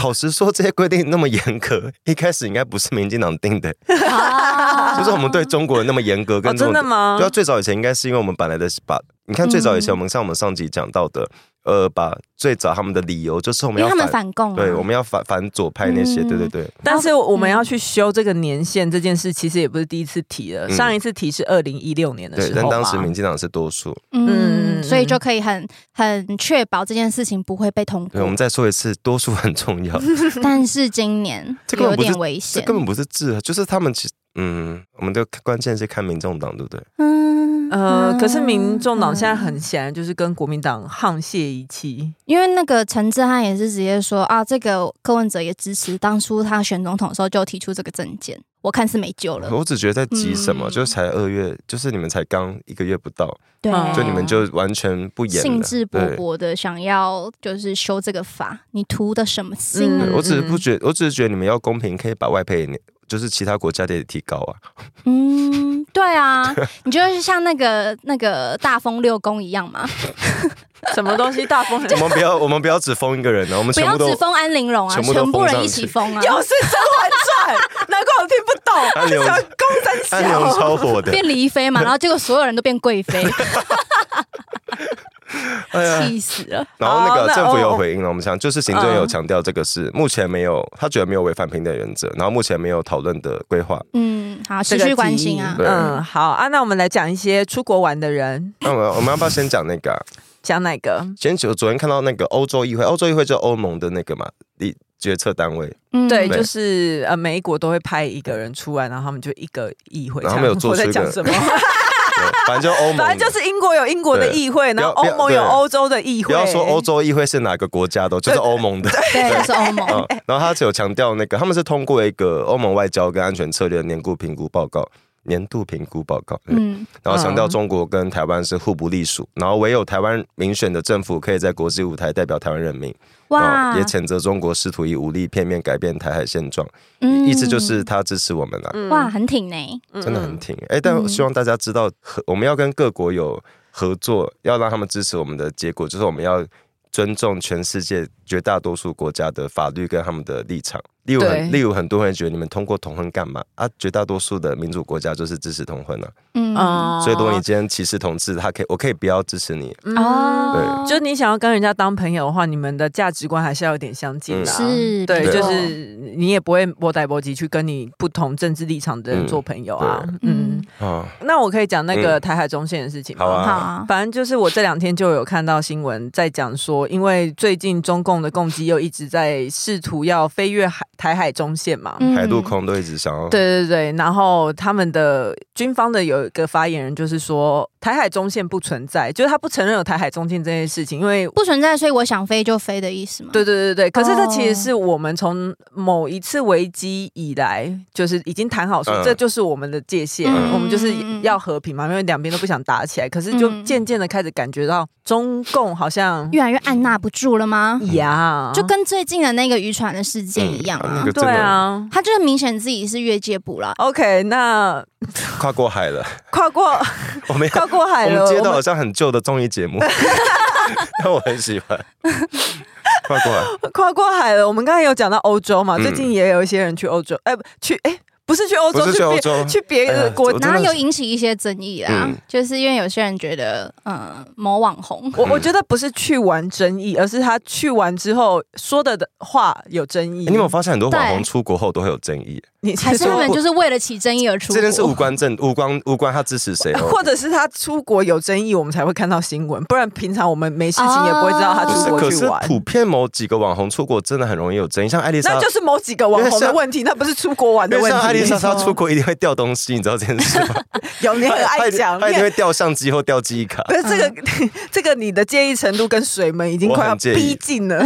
老实说，这些规定那么严格， (laughs) 一开始应该不是民进党定的，啊啊就是我们对中国人那么严格，哦，跟这真种的吗对啊，？最早以前应该是因为我们本来的把，你看最早以前我们像我们上集讲到的，呃，把最早他们的理由 (laughs) 就是我因们为要他们反共、啊，对，我们要反反左派那些，嗯对对对，但是我们要去修这个年限这件事，其实也不是第一次提了。嗯上一次提是二零一六年的对时，候但嘛当时民进党是多数。嗯，嗯所以就可以很很确保这件事情不会被通对，我过们。再说一次，多数很重要，但 (laughs) 是今年 (laughs) 这根有本不是点危这险根，本不是治，就是他们其实，嗯，我们的关键是看民众党，对不对？嗯，呃，可是民众党现在很显然就是跟国民党沆瀣一气，因为那个陈志汉也是直接说啊，这个柯文哲也支持，当初他选总统的时候就提出这个证件，我看是没救了。我只觉得在急什么，嗯就是才二月，就是你们才刚一个月不到，对嗯就你们就完全不演了，哦兴致勃对勃的想要就是修这个法，你图的什么心？嗯对我只是嗯不觉，我只是觉得你们要公平，可以把外配也，就是其他国家的也提高啊。嗯，对 (laughs) 啊，你就是像那个那个大风六宫一样嘛，什么东西大 (laughs) 风很我们不要，我们不要只封一个人啊呢，我们 (laughs) 不全要部只都。封安陵容啊，全部全都部封上人去一起封啊，又是《甄嬛传》，难怪我听不安懂，柳想公三安牛小。超 (laughs) 火的，变离 (laughs) 妃嘛，然后结果所有人都变贵妃，哎呀！气死了。然后好那那个政府哦有回应了，我们想就是行政嗯有强调这个是目前没有，他觉得没有违反平等原则，然后目前没有讨论的规划。嗯，好，这持个续关提议心啊。对嗯，好啊，那我们来讲一些出国玩的人，那我们我们要不要先讲那个啊？讲哪个？前久昨天看到那个欧洲议会，欧洲议会就是欧盟的那个嘛，一决策单位，嗯对，对就是呃，每一国都会派一个人出来，然后他们就一个议会这然样。后他们有做我在出一个讲什么？ (laughs) 对反正就欧盟的。反正就是英国有英国的议会，对然后不欧要盟不要有欧洲的议不会。要说欧洲议会是哪个国家的哦，就是欧盟的。对，就是欧 (laughs) 盟。嗯，然后他只有强调那个，他们是通过一个欧盟外交跟安全策略的年度评估报告，年度评估报告，嗯，嗯，然后强调中国跟台湾是互不隶属，然后唯有台湾民选的政府可以在国际舞台代表台湾人民，然哇后哦也，谴责中国试图以武力片面改变台海现状，嗯意思就是他支持我们啦，嗯哇，，很挺呢。真的很挺，哎，嗯但希望大家知道，和我们要跟各国有合作，要让他们支持我们的结果，就是我们要。尊重全世界绝大多数国家的法律跟他们的立场，例如对很例如很多人觉得你们通过同婚干嘛啊？绝大多数的民主国家就是支持同婚啊，嗯，哦所以如果你今天歧视同志，他可以我可以不要支持你，哦。哦，就你想要跟人家当朋友的话，你们的价值观还是要有点相近的、啊是对，嗯没就错是你也不会波带波及去跟你不同政治立场的人做朋友啊。嗯，嗯，啊，那我可以讲那个台海中线的事情吗？嗯好好啊啊，反正就是我这两天就有看到新闻在讲说，因为最近中共的攻击又一直在试图要飞越海台海中线嘛。嗯海陆，空都一直想要对对对，然后他们的军方的有一个发言人就是说，台海中线不存在，就是他不承认有台海中线这件事情，因为不存在，所以我想飞就飞的意思嘛。对对对对，可是这哦其实是我们从某一次危机以来，就是已经谈好说，嗯这就是我们的界限，嗯我们就是要和平嘛，因为两边都不想打起来。可是就嗯渐渐的开始感觉到中共好像越来越按捺不住了吗？嗯呀，就跟最近的那个渔船的事件一样嗯哦啊那个，真对的啊。他就是明显自己是越界捕了。 OK，那跨过海了，跨 (laughs) 过我们要跨过海我了，们接到我好们像很旧的综艺 (laughs) 节目，但我很喜欢跨过海。跨过海了。我们刚才有讲到欧洲嘛，嗯最近也有一些人去欧洲，哎，不去哎，不是去欧洲，不是去欧洲去别去别哎的呀国我真然的后是又引起一些争议啦，嗯就是因为有些人觉得，呃，某网红，我我觉得不是去完争议，而是他去完之后说的的话有争议。欸你有没有发现很多网红对出国后都会有争议？你还是他们说就是为了起争议而出国？这件事无关政无关无关他支持谁哦，或者是他出国有争议，我们才会看到新闻，不然平常我们没事情也不会知道他不出是？国可去是玩。普遍某几个网红出国真的很容易有争议，像艾丽莎那就。是某几个网红的问题，那不是出国玩因的为问像艾丽莎题。哦莎出国一定会掉东西，你知道这件事吗？有你很她 (laughs) 爱一定讲，她一你定很会掉相机或掉记忆卡可。是这个 (laughs) 这个你的介意程度跟水门已经快嗯我要很介意逼近了。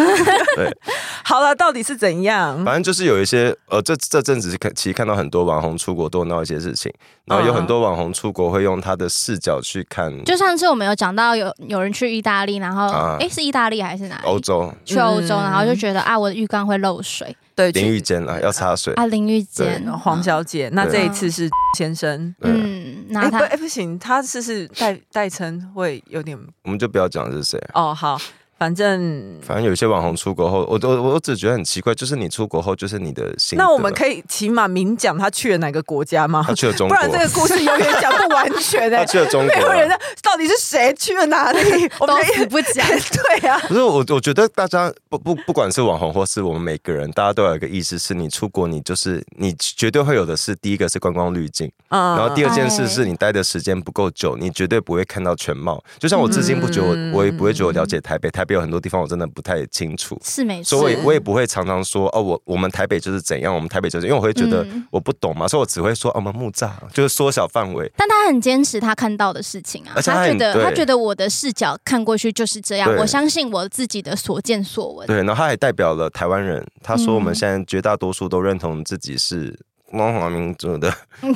对， (laughs) 好了，到底是怎样？反正就是有一些呃，这这阵子是看其实看到很多网红出国都有闹一些事情，然后有很嗯多网红出国会用他的视角去看就上次我们有讲到有有人去意大利，然后啊诶是意大利还是哪里？欧洲去欧洲，嗯然后就觉得啊，我的浴缸会漏水对，淋去浴间啊，要擦水。啊，淋浴间嗯黄小姐，那这一对次是先生。嗯，嗯，哎、然后不，他哎、不行，他是是代代称会有点我们就不要讲是谁。哦，好，反正反正有些网红出国后，我都我我只觉得很奇怪，就是你出国后，就是你的心得。那我们可以起码明讲他去了哪个国家吗他？去了中不国，然这个故事永远讲不完全哎、他去了中没有人国。啊家到底是谁去了哪 (laughs) 里？我们都就一。死不 (laughs) 讲对啊，不是我，我觉得大家不不不管是网红或是我们每个人，大家都有一个意识，是你出国，你就是你绝对会有的是，第一个是观光滤镜，嗯然后第二件事哎是你待的时间不够久，你绝对不会看到全貌。就像我至今不觉得我，嗯我也不会觉得我了解台北，台北有很多地方我真的不太清楚， (laughs) 是没错，所以我也我也不会常常说哦，我我们台北就是怎样，我们台北就是，因为我会觉得嗯我不懂嘛，所以我只会说哦，我们木栅就是缩小范围。但他很坚持他看到的事情啊，而且他他觉很得对他觉得我的视角看过去就是这样，对我相信我自己的所见所闻。对，然后他还代表了台湾人，他说我嗯们现在绝大多数都认同自己是中华民族的。 (laughs) 嗯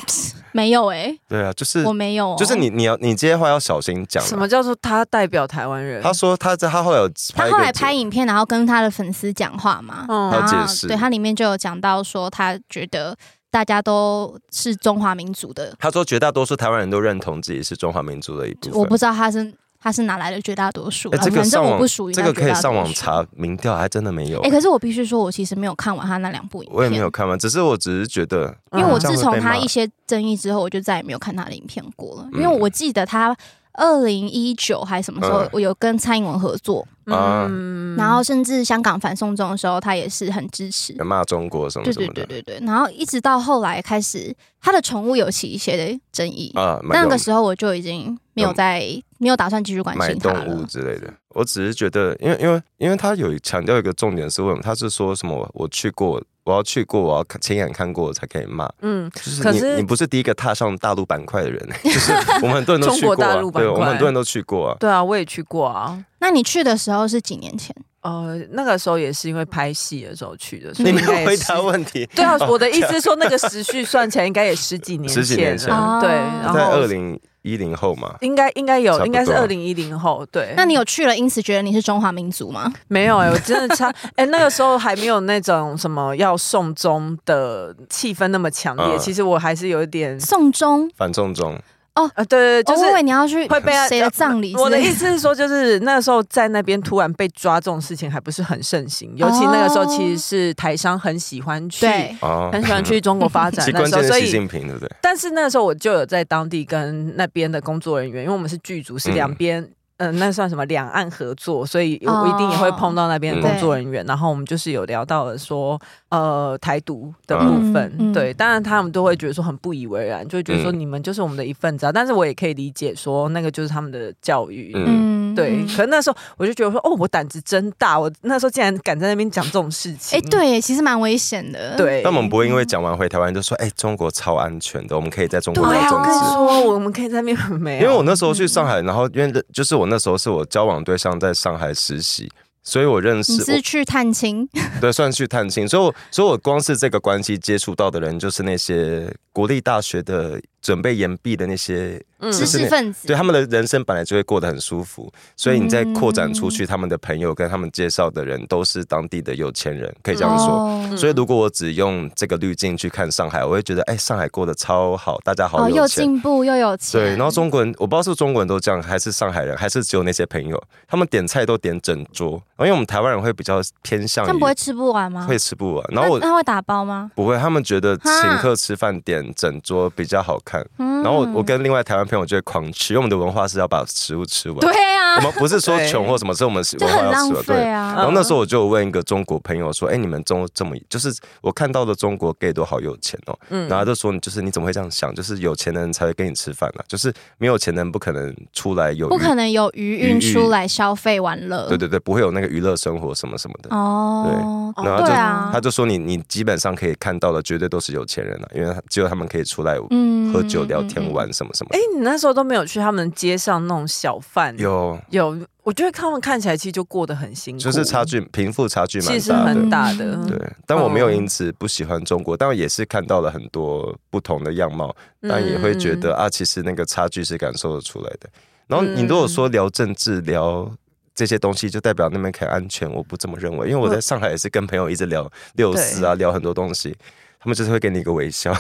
没有哎、对啊，就是我没有、哦，就是，你你要你这些话要小心讲啊。啊什么叫做他代表台湾人？他说他在他后来有拍他一后个来节拍影片，然后跟他的粉丝讲话嘛，嗯然他有后解释对他里面就有讲到说，他觉得大家都是中华民族的，他说绝大多数台湾人都认同自己是中华民族的一部分。我不知道他是他是哪来的绝大多数啦，啊哎这个反正上我网不属于这那个可以绝大多上网数。查民调，还真的没有。哎、可是我必须说，我其实没有看完他那两部影片，我也没有看完，只是我只是觉得，因为嗯我这样会自从被他骂一些争议之后，我就再也没有看他的影片过了。因为嗯我记得他二零一九还什么时候嗯，我有跟蔡英文合作，啊嗯然后甚至香港反送中的时候，他也是很支持。有骂中国什么对什对么对的对对，然后一直到后来开始，他的宠物有起一些的争议，啊，买那个动时候我就已经没有嗯再没有打算继续关买心他动物了。之类的。我只是觉得，因为因为因为他有强调一个重点是为什么？他是说什么我我去过，我要去过，我要看亲眼看过我才可以骂。嗯，就是可你是你不是第一个踏上大陆板块的 (laughs) 人，就是我们很多人都去中国过、大啊陆，板块对，我们很多人都去过啊。对啊，我也去过啊。那你去的时候是几年前？呃，那个时候也是因为拍戏的时候去的，所以你没应该有也回是答问题，对啊，我的意思是说那个时序算起来应该也十几年前了，十几年前对，哦然在二后零一零后嘛，应该应该差不有，多应该是二零一零后，对。那你有去了，因此觉得你是中华民族吗？没有哎、我真的差哎、那个时候还没有那种什么要送终的气氛那么强烈，嗯其实我还是有一点送中，反送中，呃，对对，对哦就我以为是。你要去会被谁的葬礼之类？我的意思 (laughs) 是说，就是那时候在那边突然被抓这种事情还不是很盛行，尤其那个时候其实是台商很喜欢去，对，哦，很喜欢 (laughs) 去中国发展其实那关时候，键所是习以近平，对不对？但是那时候我就有在当地跟那边的工作人员，因为我们是剧组，是两边。嗯那算什么两岸合作，所以我哦我一定也会碰到那嗯边的工作人员。然后我们就是有聊到了说，呃，台独的部分，嗯嗯对，当然他们都会觉得说很不以为然，就会觉得说嗯你们就是我们的一份子啊。但是我也可以理解说，那个就是他们的教育，嗯嗯对。可那时候我就觉得说，哦，我胆子真大，我那时候竟然敢在那边讲这种事情，哎、对呃耶，其实蛮危险的。，对。那我们不会因为讲完回台湾就说，哎、中国超安全的，我们可以在中对国啊聊我政跟你治。说，啊我们可以在那边很美，因为我那时候去上海，然后因为就是我那时候是我交往对象在上海实习，所以我认你识是去探亲，我对算去探亲，所以我所以我光是这个关系接触到的人，就是那些国立大学的准备研毕的那些，嗯知是识分子对。他们的人生本来就会过得很舒服，所以你再扩展出嗯去，他们的朋友跟他们介绍的人都是当地的有钱人，可以这样说。哦所以如果我只用这个滤镜去看上海，我会觉得，哎、上海过得超好，大家好哦，有又钱。进步又有钱。对，然后中国人，我不知道是中国人都这样，还是上海人，还是只有那些朋友，他们点菜都点整桌，然后因为我们台湾人会比较偏向这于样不会吃不完吗？会吃不完，然后我那嗯那会打包吗？不会，他们觉得哈请客吃饭点整桌比较好看，嗯然后我我跟另外台湾朋友就会狂吃，因为我们的文化是要把食物吃完，对啊我，们不是说对穷或什么，是我们就文化很要浪吃完，费对。然啊。后那时候我就有问一个中国朋友说：“哎、你们中这么就是我看到的中国 gay 都好有钱哦。嗯然后他就说：“你就是你怎么会这样想？就是有钱人才会跟你吃饭呢、啊就是没有钱人不可能出来有不可娱能有余余运裕出来消费玩乐。对对对，不会有那个娱乐生活什么什么嗯的。哦，对然后对就啊他，就说你：“你基本上可以看到的，绝对都是有钱人了、啊因为他只有他们可以出来嗯喝酒、聊嗯嗯天、嗯玩什么什么。哎、你那时候都没有去他们街上那种小贩？有嗯有，我觉得他们看起来其实就过得很辛苦，就是差距，贫富差距蛮其实大的。很大的。嗯对，但我没有哦因此不喜欢中国，但我也是看到了很多不同的样貌，但也会嗯觉得、啊，其实那个差距是感受得出来的。然后你嗯如果说聊政治、聊这些东西，就代表那边很安全，我不这么认为，因为我嗯在上海也是跟朋友一直聊六四啊，聊很多东西，他们就是会给你一个 (laughs) 微笑，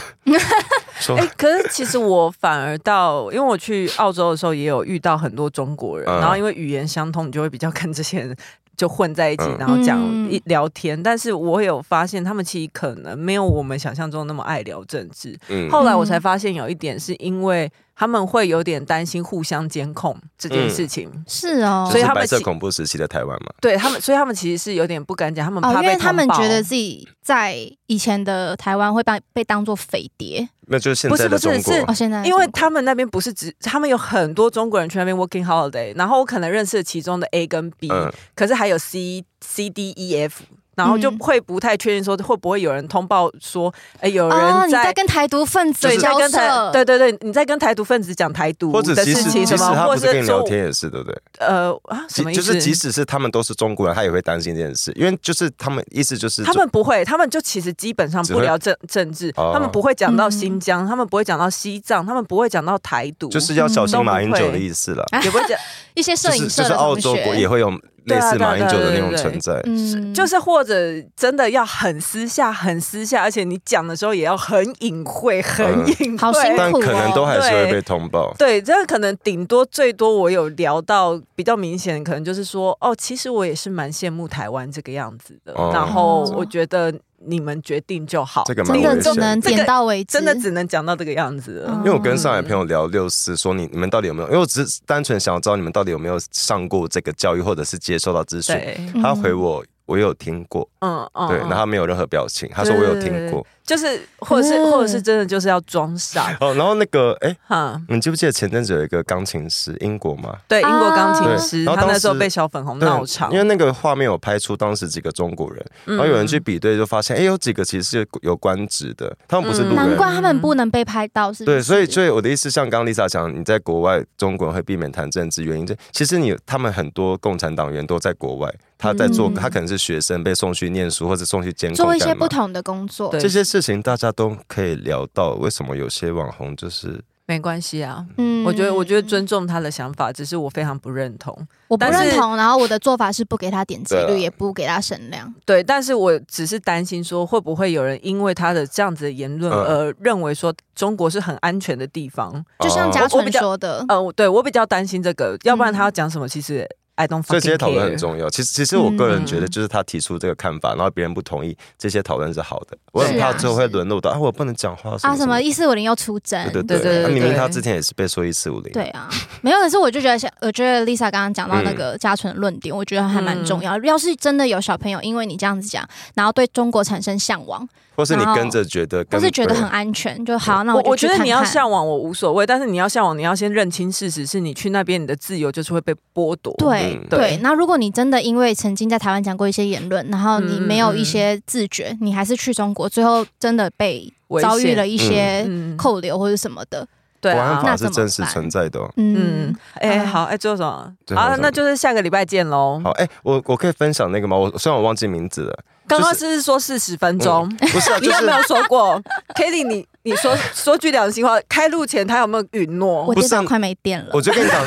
说哎、可是其实我反而到，因为我去澳洲的时候也有遇到很多中国人，嗯然后因为语言相通，你就会比较跟这些人就混在一起，嗯然后讲嗯一聊天。但是我有发现，他们其实可能没有我们想象中那么爱聊政治。嗯，后来我才发现，有一点是因为他们会有点担心互相监控这件嗯事情。是哦，就所以是他们白色其恐怖时期的台湾嘛，对他们，所以他们其实是有点不敢讲，他们哦怕，因被为他通们报觉得自己在以前的台湾会被被当做匪谍，那就是现不是在的不是中国。是哦，现在因为中国他们那边不是只，他们有很多中国人去那边 working holiday，然后我可能认识了其中的 A 跟 B，、嗯，可是还有 C、C、D、E、F，然后就嗯会不太确定说会不会有人通报说，哎、有哦，人你在在。跟台独分子对，在交跟台涉， (laughs) 对对对，你在跟台独分子讲台独或者的即事使情即什使么，他或不是者跟你聊说天也是，对不对？呃啊什即么意就思？是即使是他们都是中国人，他也会担心这件事，因为就是他们意思就是他们不会，他们就其实基本上只不会聊政政治，哦他们不会讲到嗯新疆，他们不会讲到西藏，他们不会讲到台独，就是要小心嗯马英都九不会的意思了。也不会讲，一些就摄是影社就是的澳同洲国也学，会有类似对啊马对啊英九的对那啊种对啊存在。嗯就是或者真的要很私下、很私下，而且你讲的时候也要很隐晦、很嗯隐晦。好辛苦但可能都还是会被通报。哦对，啊这可能顶多最多我有聊到比较明显，可能就是说，哦，其实我也是蛮羡慕台湾这个样子的，哦然后嗯我觉得你们决定就好，这个蛮真危险的的只能这个点到为止，真的只能讲到这个样子了。嗯因为我跟上海朋友聊六四，说你你们到底有没有？因为我只是单纯想要知道你们到底有没有上过这个教育，或者是接受到资讯。对，他回我，我有听过，嗯嗯，对，嗯然后他没有任何表情，他说我有听过。就是或者是、嗯或者是真的就是要装傻，哦，然后那个，哎，哈。你记不记得前阵子有一个钢琴师，英国嘛？对，英国钢啊琴师，对然后他那当时候时被小粉红对闹场，因为那个画面有拍出当时几个中国人，嗯然后有人去比对，就发现，哎，有几个其实是有官职的，他们不是嗯路嗯难人。怪他们不能被拍到，是不是？对，所以所以我的意思，像刚刚 Lisa 讲，你在国外，中国人会避免谈政治，原因这其实你他们很多共产党员都在国外，他在做，嗯他可能是学生被送去念书，或者送去监控做一些干嘛不同的工作，对这些事情，大家都可以聊到为什么有些网红就是没关系啊。嗯我觉得，我觉得尊重他的想法，只是我非常不认同。我不但是认同，然后我的做法是不给他点击对率，啊也不给他声量。对，但是我只是担心说，会不会有人因为他的这样子的言论嗯而认为说中国是很安全的地方？就像家，嘉我我比纯较说的，嗯、我对我比较担心这个，要不然他嗯要讲什么，其实 I don't 所 fucking 以这些讨论 care 很重要。其实其实我个人觉得，嗯就是他提出这个看法，然后别人不同意，这些讨论是好的。我很是啊怕最后会沦落到啊，我不能讲话啊，什么么。一四五零又出征，对对对对对，对啊明明对他之前也是被说一四五零，对啊，没有。可是我就觉得像，我觉得 Lisa 刚刚讲嗯到那个嘉纯的论点，我觉得还嗯蛮重要。要是真的有小朋友因为你这样子讲，然后对中国产生向往，或是你然后跟着觉得或跟，是觉得很安全，就好，那我就我去觉看得看。你要向往我无所谓，但是你要向往，你要先认清事实，是你去那边你的自由就是会被剥夺。对、嗯对对，那如果你真的因为曾经在台湾讲过一些言论，然后你嗯没有一些自觉，你还是去中国，最后真的被危险遭遇了一些嗯，扣留或者什么的，对国安啊，法那是怎么真实办存在的哦。嗯嗯，，哎、啊好，哎、最后什么？最后好，什么那就是下个礼拜见喽好，。哎、我我可以分享那个吗？我虽然我忘记名字了，刚刚是不是说四十分钟，(laughs) 不是、啊，你就有是没有说过 (laughs) ？Kitty，你你说说句良心话，开录前他有没有允诺我？不电是啊脑快没电了我。就跟你 (laughs) 讲，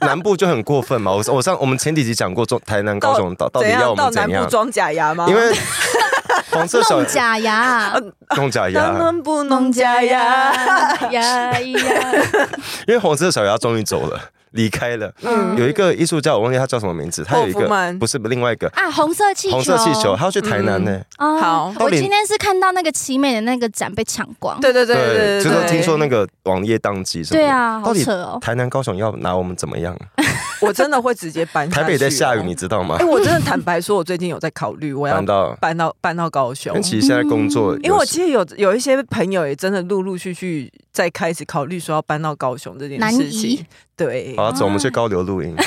南部就很过分嘛。我我上我们前几集讲过中台南高雄岛到底哦怎要我到们南怎部啊样，装假牙吗？(laughs) 因为黄色小弄假牙，弄假当牙，然不 (laughs) 弄假牙。呀哎呀！因为黄色小牙终于走了，离开了。嗯有一个艺术家，我忘记他叫什么名字，他有一霍夫个曼不是另外一个啊，红色气球，红色气球，他要去台南呢、嗯哦好我到底今天是看到那个奇美的那个展被抢光，对对对对对，就是对听说那个网页宕机什么的。对啊，好到底扯哦。台南高雄要拿我们怎么样？我真的会直接搬。台北在下雨，你。知道吗啊哎，？我真的坦白说，我最近有在考虑，我要搬到，搬到搬到高雄因为。其实现在工作有时，嗯因为我其实有有一些朋友也真的陆陆续续在开始考虑说要搬到高雄这件南事移情。对，好，走，我们去高流露营。 (laughs)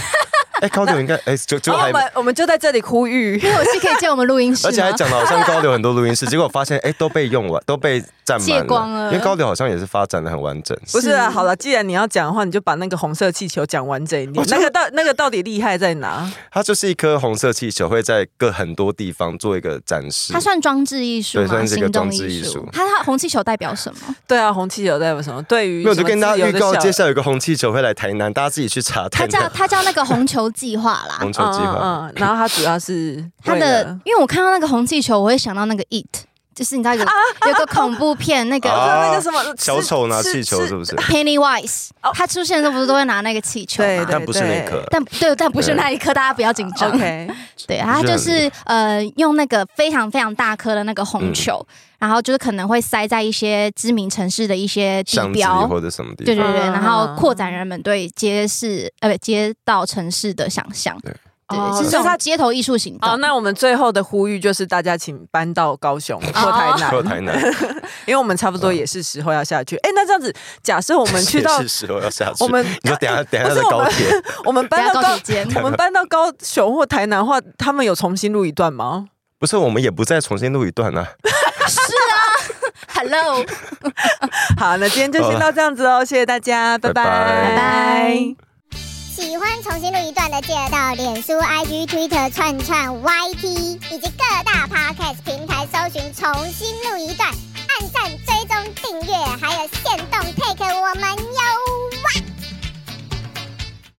哎、高流应该哎、就就然后啊还哦我，们我们就在这里呼吁，因为我是可以借我们录音室 (laughs) 吗，而且还讲的好像高流很多录音室，结果发现哎、都被用完，都被占满借光了因为高流好像也是发展的很完整。不是啊？是好了，既然你要讲的话，你就把那个红色气球讲完整一点我。就那个到那个到底厉害在哪？它就是一颗红色气球，会在各很多地方做一个展示它。算装置艺术对吗？算是一个行动装置艺术术。它它红气球代表什 (laughs) 么？对啊，红气球代表什么？对于没有，我就什么跟大自家由预的告，向接下来有个红气球会来台南，大家自己去查它台叫南它叫那个红球计划啦。 (laughs) 红球嗯计划。嗯嗯嗯，然后它主要是它为的了，因为我看到那个红气球，我会想到那个 It 就是你知道啊有有个恐怖片 (laughs) 那 (laughs) 个啊那个什么小丑拿气球是是？不是？ Pennywise，哦他出现的时候不是都会拿那个气球对吗？但不是那一对刻，但对，但不是那一刻，大家不要紧 (laughs) 张。OK，对，他就不是是呃，用那个非常非常大颗的那个嗯红球，然后就是可能会塞在一些知名城市的一些地巷子里标，或者什么地对对方。对，嗯然后扩展人们对街市呃不街道城市的想象，对哦对，是这所以它种街头艺术行好，动。那我们最后的呼吁就是大家请搬到高雄或台 (laughs) 南，到哦台南，嗯因为我们差不多也是时候要下去。哎、那这样子，假 (laughs) 设我们去到 (laughs) 也是时候要下去。我们你说等一下等一不是下的我高们铁，我们搬到 (laughs) 等下高铁间我们搬到高雄或台南的话，他们有重新录一段吗？不是我们也不再重新录一段啊。 (laughs) (laughs) 是啊 (laughs) ，Hello，好，那今天就先到这样子哦，谢谢大家，拜拜拜拜。喜欢重新录一段的，记得到脸书、IG、Twitter、串串、YT 以及各大 Podcast 平台搜寻“重新录一段”，